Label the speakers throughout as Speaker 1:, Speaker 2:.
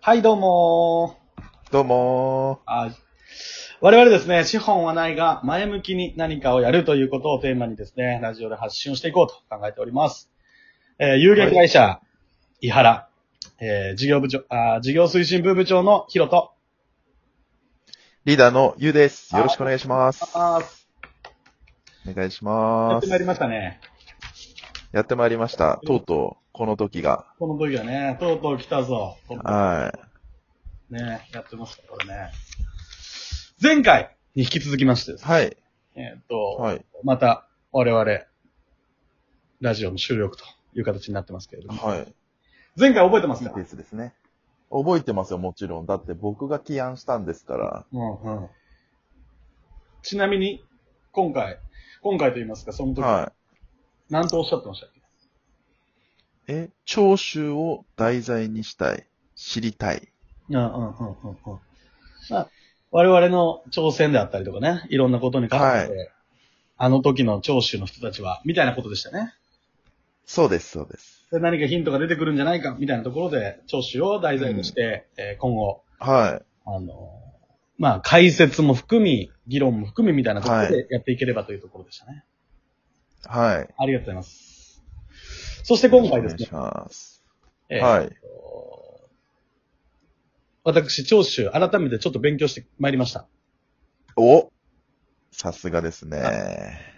Speaker 1: はい、どうも
Speaker 2: どうも
Speaker 1: ーあ我々ですね、資本はないが、前向きに何かをやるということをテーマにですね、ラジオで発信をしていこうと考えております。えー有限会社、伊原、えー事業部長あ、事業推進部部長のヒロと、
Speaker 2: リーダーのゆうです。よろしくお願いします。
Speaker 1: あ
Speaker 2: お願いし
Speaker 1: や
Speaker 2: ま
Speaker 1: って
Speaker 2: す
Speaker 1: まい。りましたね。
Speaker 2: やってまいりました。とうとう、この時が。
Speaker 1: この時はね、とうとう来たぞ。
Speaker 2: は
Speaker 1: ね、やってました、これね。前回に引き続きましてです
Speaker 2: い。
Speaker 1: ね
Speaker 2: はい。
Speaker 1: えーっと、
Speaker 2: はい。
Speaker 1: また我々、ラジオの収録という形になってますけれども。
Speaker 2: はい。
Speaker 1: 前回覚えてます
Speaker 2: いい
Speaker 1: か
Speaker 2: ペースですね。覚えてますよ、もちろん。だって僕が起案したんですから。
Speaker 1: うんうん。ちなみに、今回、今回と言いますか、その時、
Speaker 2: はい。
Speaker 1: 何とおっしゃってましたっけ
Speaker 2: え、聴衆を題材にしたい。知りたい。
Speaker 1: うんうんうんうんうん。まあ、我々の挑戦であったりとかね、いろんなことに関して、あの時の聴取の人たちは、みたいなことでしたね。
Speaker 2: そうです、そうです。
Speaker 1: で何かヒントが出てくるんじゃないか、みたいなところで、聴取を題材として、えー今後、
Speaker 2: は
Speaker 1: あの、まあ、解説も含み、議論も含みみたいなところ
Speaker 2: は
Speaker 1: でやっていければというところでしたね。
Speaker 2: い。はい。
Speaker 1: ありがとうございます。そして今回ですね
Speaker 2: よろしく、お願いします。
Speaker 1: えー
Speaker 2: はい。
Speaker 1: 私、聴取、改めてちょっと勉強してまいりました。
Speaker 2: おさすがですね。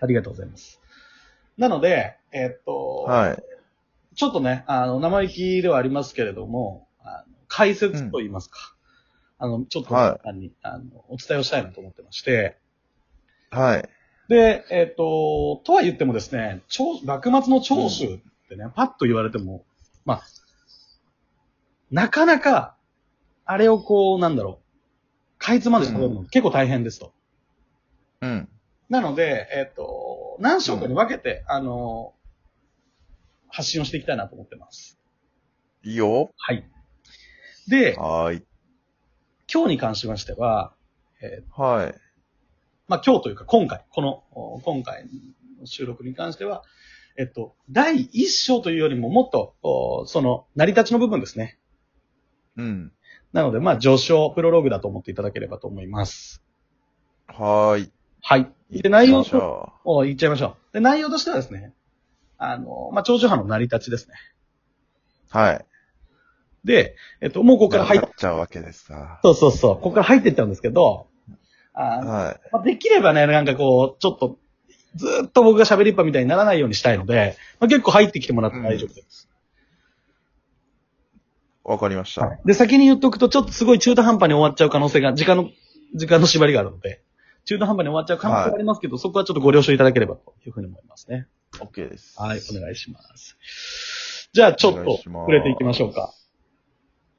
Speaker 1: ありがとうございます。なので、えーっと、
Speaker 2: はい。
Speaker 1: ちょっとね、あの、生意気ではありますけれども、あの解説と言いますか、あの、ちょっと、
Speaker 2: は
Speaker 1: あのお伝えをしたいなと思ってまして、
Speaker 2: はい。
Speaker 1: で、えっ、と、とは言ってもですね、長幕末の長州ってね、パッと言われても、まあ、なかなか、あれをこう、なんだろう、かいつまで喋るの結構大変ですと。
Speaker 2: うん。
Speaker 1: なので、えっ、と、何章かに分けて、あの、発信をしていきたいなと思ってます。
Speaker 2: いいよ。
Speaker 1: はい。で、
Speaker 2: はーい。
Speaker 1: 今日に関しましては、えー
Speaker 2: はい。
Speaker 1: まあ、今日というか今回、この、お今回の収録に関しては、えっと、第一章というよりももっと、おその、成り立ちの部分ですね。
Speaker 2: うん。
Speaker 1: なので、まあ、序章、プロローグだと思っていただければと思います。
Speaker 2: はーい。
Speaker 1: はい。で、
Speaker 2: 行
Speaker 1: 内
Speaker 2: きま
Speaker 1: 容
Speaker 2: しょ
Speaker 1: を言っちゃいましょう。で、内容としてはですね、あの、まあ、長寿派の成り立ちですね。
Speaker 2: うはい。
Speaker 1: で、えっと、もうここ
Speaker 2: こ
Speaker 1: から入っ
Speaker 2: っ、ちゃうわけですさ。
Speaker 1: そうそうそう、ここから入っていっちゃうんですけど、あの
Speaker 2: は
Speaker 1: まあ、できればね、なんかこう、ちょっと、ずーっと僕が喋りっぱみたいにならないようにしたいので、まあ、結構入ってきてもらって大丈夫です。
Speaker 2: い。わかりました。
Speaker 1: はいで、先に言っとくと、ちょっとすごい中途半端に終わっちゃう可能性が、時間の、時間の縛りがあるので、中途半端に終わっちゃう可能性がありますけど、そこはちょっとご了承いただければというふうに思いますね。
Speaker 2: OK です。
Speaker 1: はい、お願いします。じゃあ、ちょ
Speaker 2: お
Speaker 1: っ
Speaker 2: 願
Speaker 1: と
Speaker 2: いします
Speaker 1: 触れていきましょうか。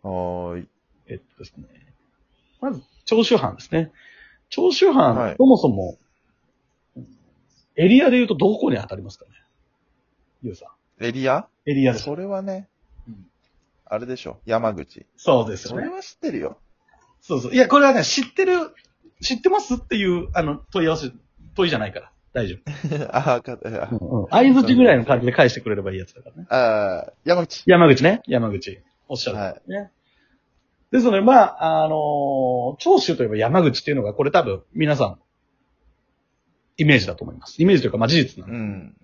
Speaker 2: はーい。
Speaker 1: えっとですね。まず、長州藩ですね。長州藩、
Speaker 2: はい
Speaker 1: そもそも、エリアで言うとどこに当たりますかねゆうさ
Speaker 2: エリア
Speaker 1: ん。エリアです。
Speaker 2: それはね
Speaker 1: うん、
Speaker 2: あれでしょ。山口。
Speaker 1: そうです
Speaker 2: そ
Speaker 1: よ
Speaker 2: れ
Speaker 1: ね。
Speaker 2: は知ってるよ。
Speaker 1: そうそう。いや、これはね、知ってる、知ってますっていう、あの、問い合わせ、問いじゃないから。大丈
Speaker 2: あーか、あ
Speaker 1: 夫。うんうん。相槌ぐらいの感じで返してくれればいいやつだからね。
Speaker 2: あー、山口。
Speaker 1: 山口ね。山口。おっしゃる。
Speaker 2: は
Speaker 1: ね。ですので、まあ、あのー長州といえば山口っていうのが、これ多分、皆さん、イメージだと思います。イメージというか、まあ、事実なん
Speaker 2: い。う
Speaker 1: で。
Speaker 2: ん。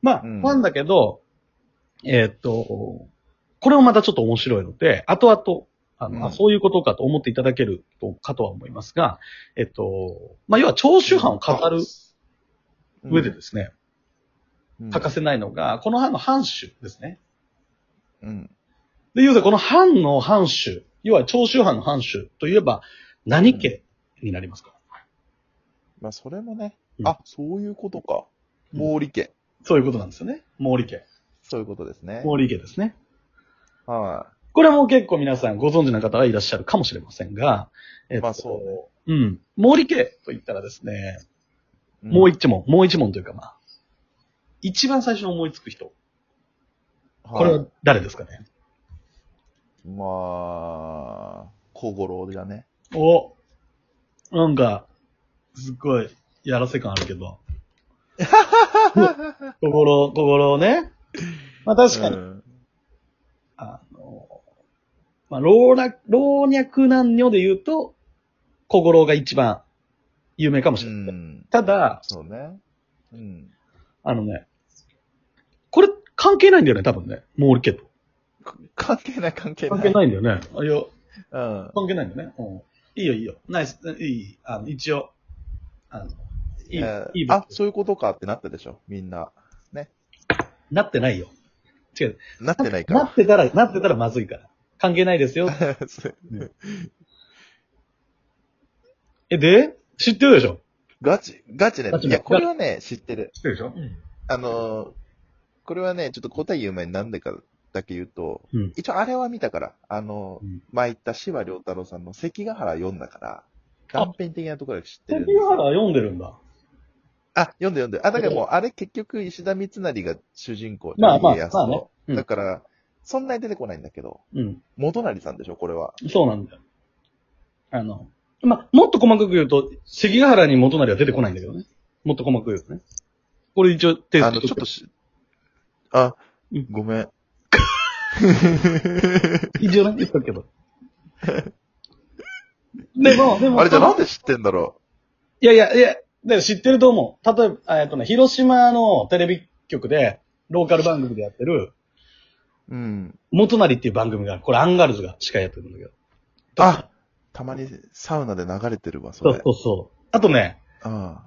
Speaker 1: まあ、
Speaker 2: うん
Speaker 1: なんだけど、えーっと、これもまたちょっと面白いので、後々、あの、あ
Speaker 2: うん
Speaker 1: そういうことかと思っていただけるとかとは思いますが、えっと、まあ、要は長州藩を語る上でですね、
Speaker 2: うん、
Speaker 1: 欠か
Speaker 2: す。
Speaker 1: せないのが、この藩の藩主ですね。
Speaker 2: うん。
Speaker 1: で、要するにこの藩の藩主、要は長州藩の藩主といえば、何家になりますか、
Speaker 2: まあ、それもね
Speaker 1: う。ん
Speaker 2: あ、そういうことか。
Speaker 1: うん
Speaker 2: 毛利家。
Speaker 1: そういうことなんですよね。毛利家。
Speaker 2: そういうことですね。
Speaker 1: 毛利家ですね。
Speaker 2: は
Speaker 1: これも結構皆さんご存知の方はいらっしゃるかもしれませんが、えっと
Speaker 2: まあそうね
Speaker 1: うん。毛利家と言ったらですね、
Speaker 2: い。
Speaker 1: もう一問、もう一問というかまあ、一番最初に思いつく人。
Speaker 2: うん、
Speaker 1: これ
Speaker 2: は
Speaker 1: は誰ですかね、
Speaker 2: いまあ、小五郎がね。
Speaker 1: おなんか、すっごい、やらせ感あるけ ど。心、心ね。まあ確かに、
Speaker 2: うん
Speaker 1: あの、まあ、老若、老若男女で言うと、小五郎が一番有名かもし
Speaker 2: う
Speaker 1: れない。
Speaker 2: ん。
Speaker 1: ただ、
Speaker 2: そうね。うん。
Speaker 1: あのね、これ関係ないんだよね、多分ね。モーリケと。
Speaker 2: か関係ない関係ない。
Speaker 1: 関係ないんだよね。あいや、
Speaker 2: うん。
Speaker 1: 関係ないんだよね。うん。いいよ、いいよ。ナイス、いい。あの、一応、あの、いい、
Speaker 2: えー
Speaker 1: いい
Speaker 2: あ
Speaker 1: バ、
Speaker 2: そういうことかってなったでしょ、みんな。
Speaker 1: なってないよ。違う。
Speaker 2: なってない
Speaker 1: な
Speaker 2: か
Speaker 1: ってたら、なってたらまずいから。関係ないですよ。
Speaker 2: ら。そう
Speaker 1: え、で知ってるでしょ
Speaker 2: ガチ、ガチね
Speaker 1: ガ。チ
Speaker 2: い
Speaker 1: ね
Speaker 2: や、これはね、知ってる。
Speaker 1: 知ってるでしょ
Speaker 2: あのーこれはね、ちょっと答え言う前に何でかだけ言うと、
Speaker 1: うん
Speaker 2: 一応あれは見たから、あのー
Speaker 1: うん
Speaker 2: 前言った柴良太郎さんの関ヶ原読んだから、断片的なところは知ってるん
Speaker 1: 関
Speaker 2: ですよ
Speaker 1: ヶ原読んでるんだ。
Speaker 2: あ、読んで読んで。あ、だからもう、あれ結局石田三成が主人公じ
Speaker 1: ま
Speaker 2: ゃ
Speaker 1: あ
Speaker 2: ん
Speaker 1: まあ
Speaker 2: 家康
Speaker 1: まあね
Speaker 2: の
Speaker 1: うん
Speaker 2: だから、そんなに出てこないんだけど、
Speaker 1: うん。
Speaker 2: 元成さんでしょ、これは。
Speaker 1: そうなんだよ。あの、ま、もっと細かく言うと、関ヶ原に元成は出てこないんだけどね。もっと細かく言うとね。これ一応テ
Speaker 2: あ
Speaker 1: ー
Speaker 2: の、
Speaker 1: ス
Speaker 2: ち
Speaker 1: ト
Speaker 2: ょっとし、あ
Speaker 1: うん、
Speaker 2: ごめん。
Speaker 1: 一応ね、言っとく けど。でも、でも、
Speaker 2: あれじゃあなんで知ってんだろ
Speaker 1: いやいや、いや、で知ってると思う。例えば、えっとね、広島のテレビ局で、ローカル番組でやってる、
Speaker 2: う。うん。
Speaker 1: 元成っていう番組がある、これアンガールズが司会やってるんだけど。
Speaker 2: あたまにサウナで流れてるわ、そ
Speaker 1: そ
Speaker 2: れ。
Speaker 1: うそうそう。あとね、
Speaker 2: あ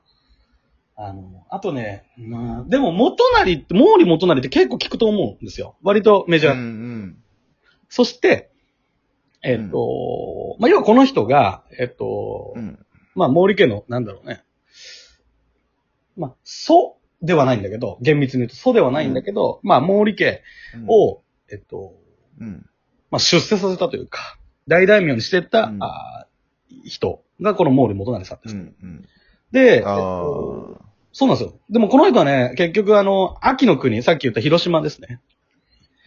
Speaker 1: あの、あとね、まあ、でも元成って、毛利元成って結構聞くと思うんですよ。割とメジ
Speaker 2: あ。
Speaker 1: ャ
Speaker 2: う
Speaker 1: ー。
Speaker 2: んうん。
Speaker 1: そして、えっと、まあ、要はこの人が、えっと、
Speaker 2: うん。
Speaker 1: まあ、毛利家の、なんだろうね。まあ、祖ではないんだけど、厳密に言うと祖ではないんだけど、まあ、毛利家を、えっと、
Speaker 2: うん。
Speaker 1: まあ、出世させたというか、大大名にしてった、
Speaker 2: うん
Speaker 1: あー人がこの毛利元成さんで
Speaker 2: う
Speaker 1: す。
Speaker 2: ん。うん。
Speaker 1: で、えっ
Speaker 2: あ
Speaker 1: と、
Speaker 2: あ。
Speaker 1: そうなんですよ。でもこの人はね、結局あの、秋の国、さっき言った広島ですね、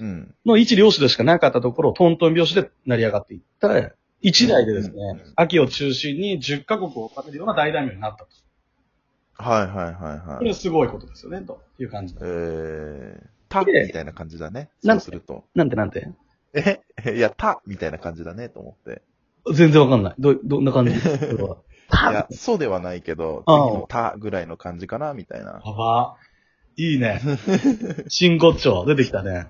Speaker 2: うん。
Speaker 1: の一漁師でしかなかったところをトントン拍子で成り上がっていった、一代でですね、
Speaker 2: うんうん
Speaker 1: 秋を中心に10カ国を勝てるような大大名になったと。
Speaker 2: はいはいはいは
Speaker 1: こ
Speaker 2: い
Speaker 1: れ。はすごいことですよね、という感じ
Speaker 2: えー、たみ
Speaker 1: で
Speaker 2: たいな感じだね。
Speaker 1: なん
Speaker 2: そう
Speaker 1: です
Speaker 2: ると。
Speaker 1: なんてなんて
Speaker 2: え いや、たみたいな感じだね、と思って。
Speaker 1: 全然わかんない。ど、どんな 感じそれはい
Speaker 2: や、そうではないけど、
Speaker 1: あ
Speaker 2: 次
Speaker 1: あ
Speaker 2: のたぐらいの感じかな、みたいな。
Speaker 1: やば。いい ね。真骨頂、出てきたね。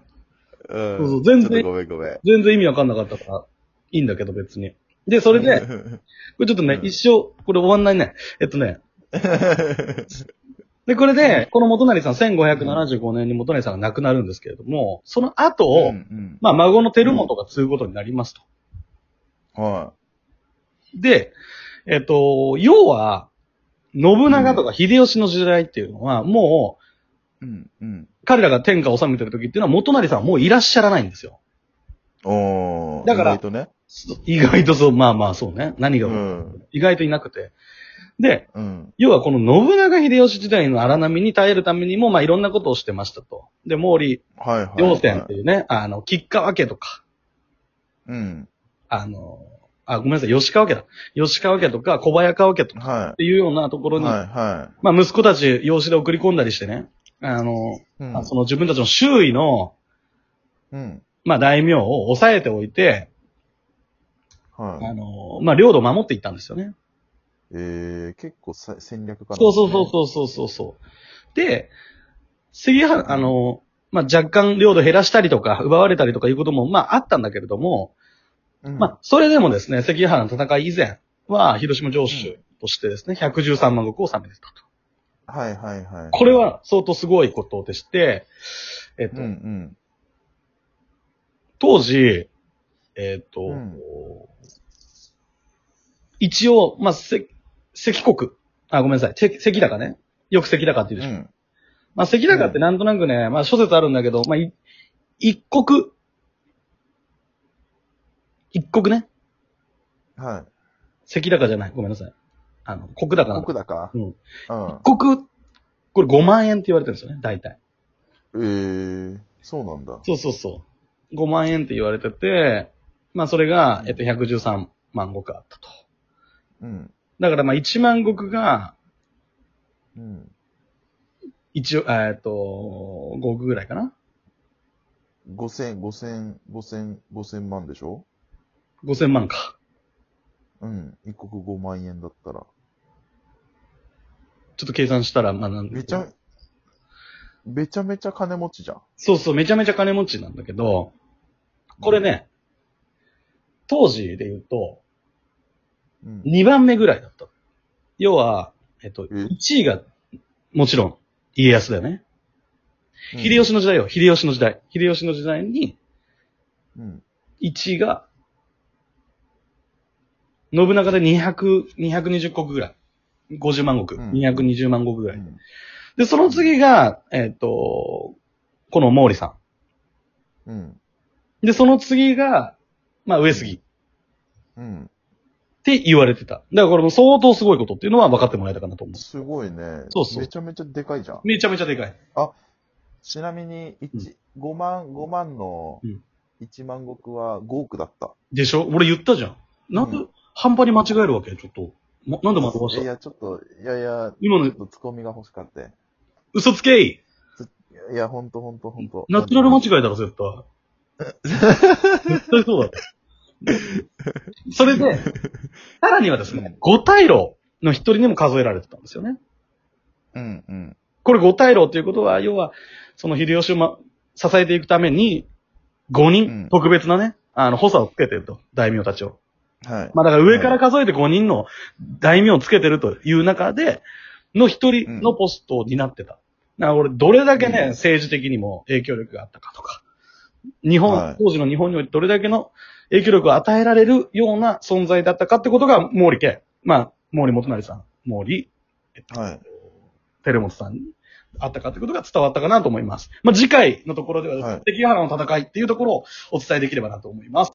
Speaker 2: うん。
Speaker 1: そうそう全然
Speaker 2: ちょっとごめんごめん。
Speaker 1: 全然意味わかんなかったから、いいんだけど別に。で、それで、こ れちょっとね、
Speaker 2: うん
Speaker 1: 一生、これ終わんないね。えっとね、で、これで、この元成さん、1575年に元成さんが亡くなるんですけれども、その後を、
Speaker 2: うん
Speaker 1: まあ、孫の照本が継ぐことになりますと。
Speaker 2: うん。は
Speaker 1: で、えっと、要は、信長とか秀吉の時代っていうのは、もう、
Speaker 2: い。うん、うん。
Speaker 1: 彼らが天下を治めてる時っていうのは、元成さんはもういらっしゃらないんですよ。
Speaker 2: おー。
Speaker 1: だから
Speaker 2: 意外とね。
Speaker 1: 意外とそう、まあまあそうね。何
Speaker 2: う
Speaker 1: が、
Speaker 2: ん。
Speaker 1: 意外といなくて。で、
Speaker 2: うん。
Speaker 1: 要はこの信長秀吉時代の荒波に耐えるためにも、まあいろんなことをしてましたと。で、毛利、
Speaker 2: はいはい。
Speaker 1: 両線っていうね、あの、吉川家とか、
Speaker 2: うん。
Speaker 1: あの、あ、ごめんなさい、吉川家だ。吉川家とか、小早川家とか
Speaker 2: は
Speaker 1: っていうようなとこ
Speaker 2: い。
Speaker 1: ろに、
Speaker 2: はいは
Speaker 1: まあ息子たち養子で送り込んだりしてね、あの、
Speaker 2: い。うん
Speaker 1: あその自分たちの周囲の、
Speaker 2: うん。
Speaker 1: まあ大名を抑えておいて、あ
Speaker 2: はい。
Speaker 1: の、まあ領土を守っていったんですよね。
Speaker 2: えー、結構さ戦略かな。
Speaker 1: そうそうそうそうそうそう。で、杉原、あの、まあ若干領土減らしたりとか、奪われたりとかいうことも、まああったんだけれども、
Speaker 2: うん。
Speaker 1: まあ、それでもですね、関ヶ原の戦い以前は、広島城主としてですね、113万石を治めてたと。
Speaker 2: はいはいはい。
Speaker 1: これ、は相当すごいことでして、えっと、
Speaker 2: うんうん。
Speaker 1: 当時、えっと、
Speaker 2: うん
Speaker 1: 一応、まあ、せ関国、あ、ごめんなさい、せ関高ね。よく関高って言うでしょ。
Speaker 2: うん。
Speaker 1: まあ、関高ってなんとなくね、まあ、諸説あるんだけど、まあ、い一国、一国ね。
Speaker 2: はい。
Speaker 1: 関高じゃない。ごめんなさい。あの、国高なんだ
Speaker 2: 奥だか
Speaker 1: うん。
Speaker 2: うん。
Speaker 1: 一国、これ5万円って言われてるんですよね、大体。
Speaker 2: えー、そうなんだ。
Speaker 1: そうそうそう。5万円って言われてて、まあそれが、えっと、113万石あったと。
Speaker 2: うん。
Speaker 1: だからまあ1万石が、
Speaker 2: うん。
Speaker 1: 一応、えっと、5億ぐらいかな
Speaker 2: 五千、五千、五千、五千万でしょ
Speaker 1: 5000万か。
Speaker 2: うん。一国5万円だったら。
Speaker 1: ちょっと計算したら、まあなん
Speaker 2: めちゃ、めちゃめちゃ金持ちじゃん。
Speaker 1: そうそう、めちゃめちゃ金持ちなんだけど、これね、当時で言うと、
Speaker 2: うん。
Speaker 1: 2番目ぐらいだった。要は、えっと、
Speaker 2: うん
Speaker 1: 1位が、もちろん、家康だよね。
Speaker 2: うん
Speaker 1: 秀吉の時代よ、秀吉の時代。秀吉の時代に、
Speaker 2: うん。
Speaker 1: 1位が、信長で200、220国ぐらい。50万石。
Speaker 2: うん
Speaker 1: 220万石ぐ
Speaker 2: う
Speaker 1: らい。
Speaker 2: ん。
Speaker 1: で、その次が、えっ、と、この毛利さ
Speaker 2: うん。
Speaker 1: ん。で、その次が、まあ、上杉っ
Speaker 2: うん。
Speaker 1: て言われてた。だからこれも相当すごいことっていうのは分かってもらえたかなと思
Speaker 2: すごいね。
Speaker 1: そうそう
Speaker 2: めちゃめちゃでかいじゃん
Speaker 1: う。。めちゃめちゃでかい。
Speaker 2: ちなみに、一、5万、5万の
Speaker 1: うん、
Speaker 2: 1万石は5億だった。
Speaker 1: でしょ俺言ったじゃん。なんで、
Speaker 2: うん
Speaker 1: 半端に間違えるわけちょっと。ま、なんで惑わし
Speaker 2: い
Speaker 1: た
Speaker 2: や、ちょっと、いやいや、
Speaker 1: 今の
Speaker 2: ちょっとツッコミが欲しかった。い
Speaker 1: 嘘つけい
Speaker 2: やいや、ほんとほんとほんと。
Speaker 1: ナチュラル間違いだろ、絶対。絶対そうだって。それで、さらにはですね、五大老の一人にも数えられてたんですよね。
Speaker 2: うんうん。
Speaker 1: これ五大老ということは、要は、その秀吉を、ま、支えていくために、五
Speaker 2: う
Speaker 1: 人
Speaker 2: ん、
Speaker 1: 特別なね、あの、補佐をつけてると、大名たちを。
Speaker 2: はい。
Speaker 1: まあだから上から数えて5人の大名をつけてるという中で、の一人のポストになってた。だから俺、どれだけね、
Speaker 2: うん
Speaker 1: 政治的にも影響力があったかとか、日本、
Speaker 2: はい
Speaker 1: 当時の日本においてどれだけの影響力を与えられるような存在だったかってことが、毛利家。まあ、毛利元成さん、毛利
Speaker 2: はい。
Speaker 1: 照本さんにあったかってことが伝わったかなと思います。まあ次回のところではですね、
Speaker 2: はい
Speaker 1: 関ヶ原の戦いっていうところをお伝えできればなと思います。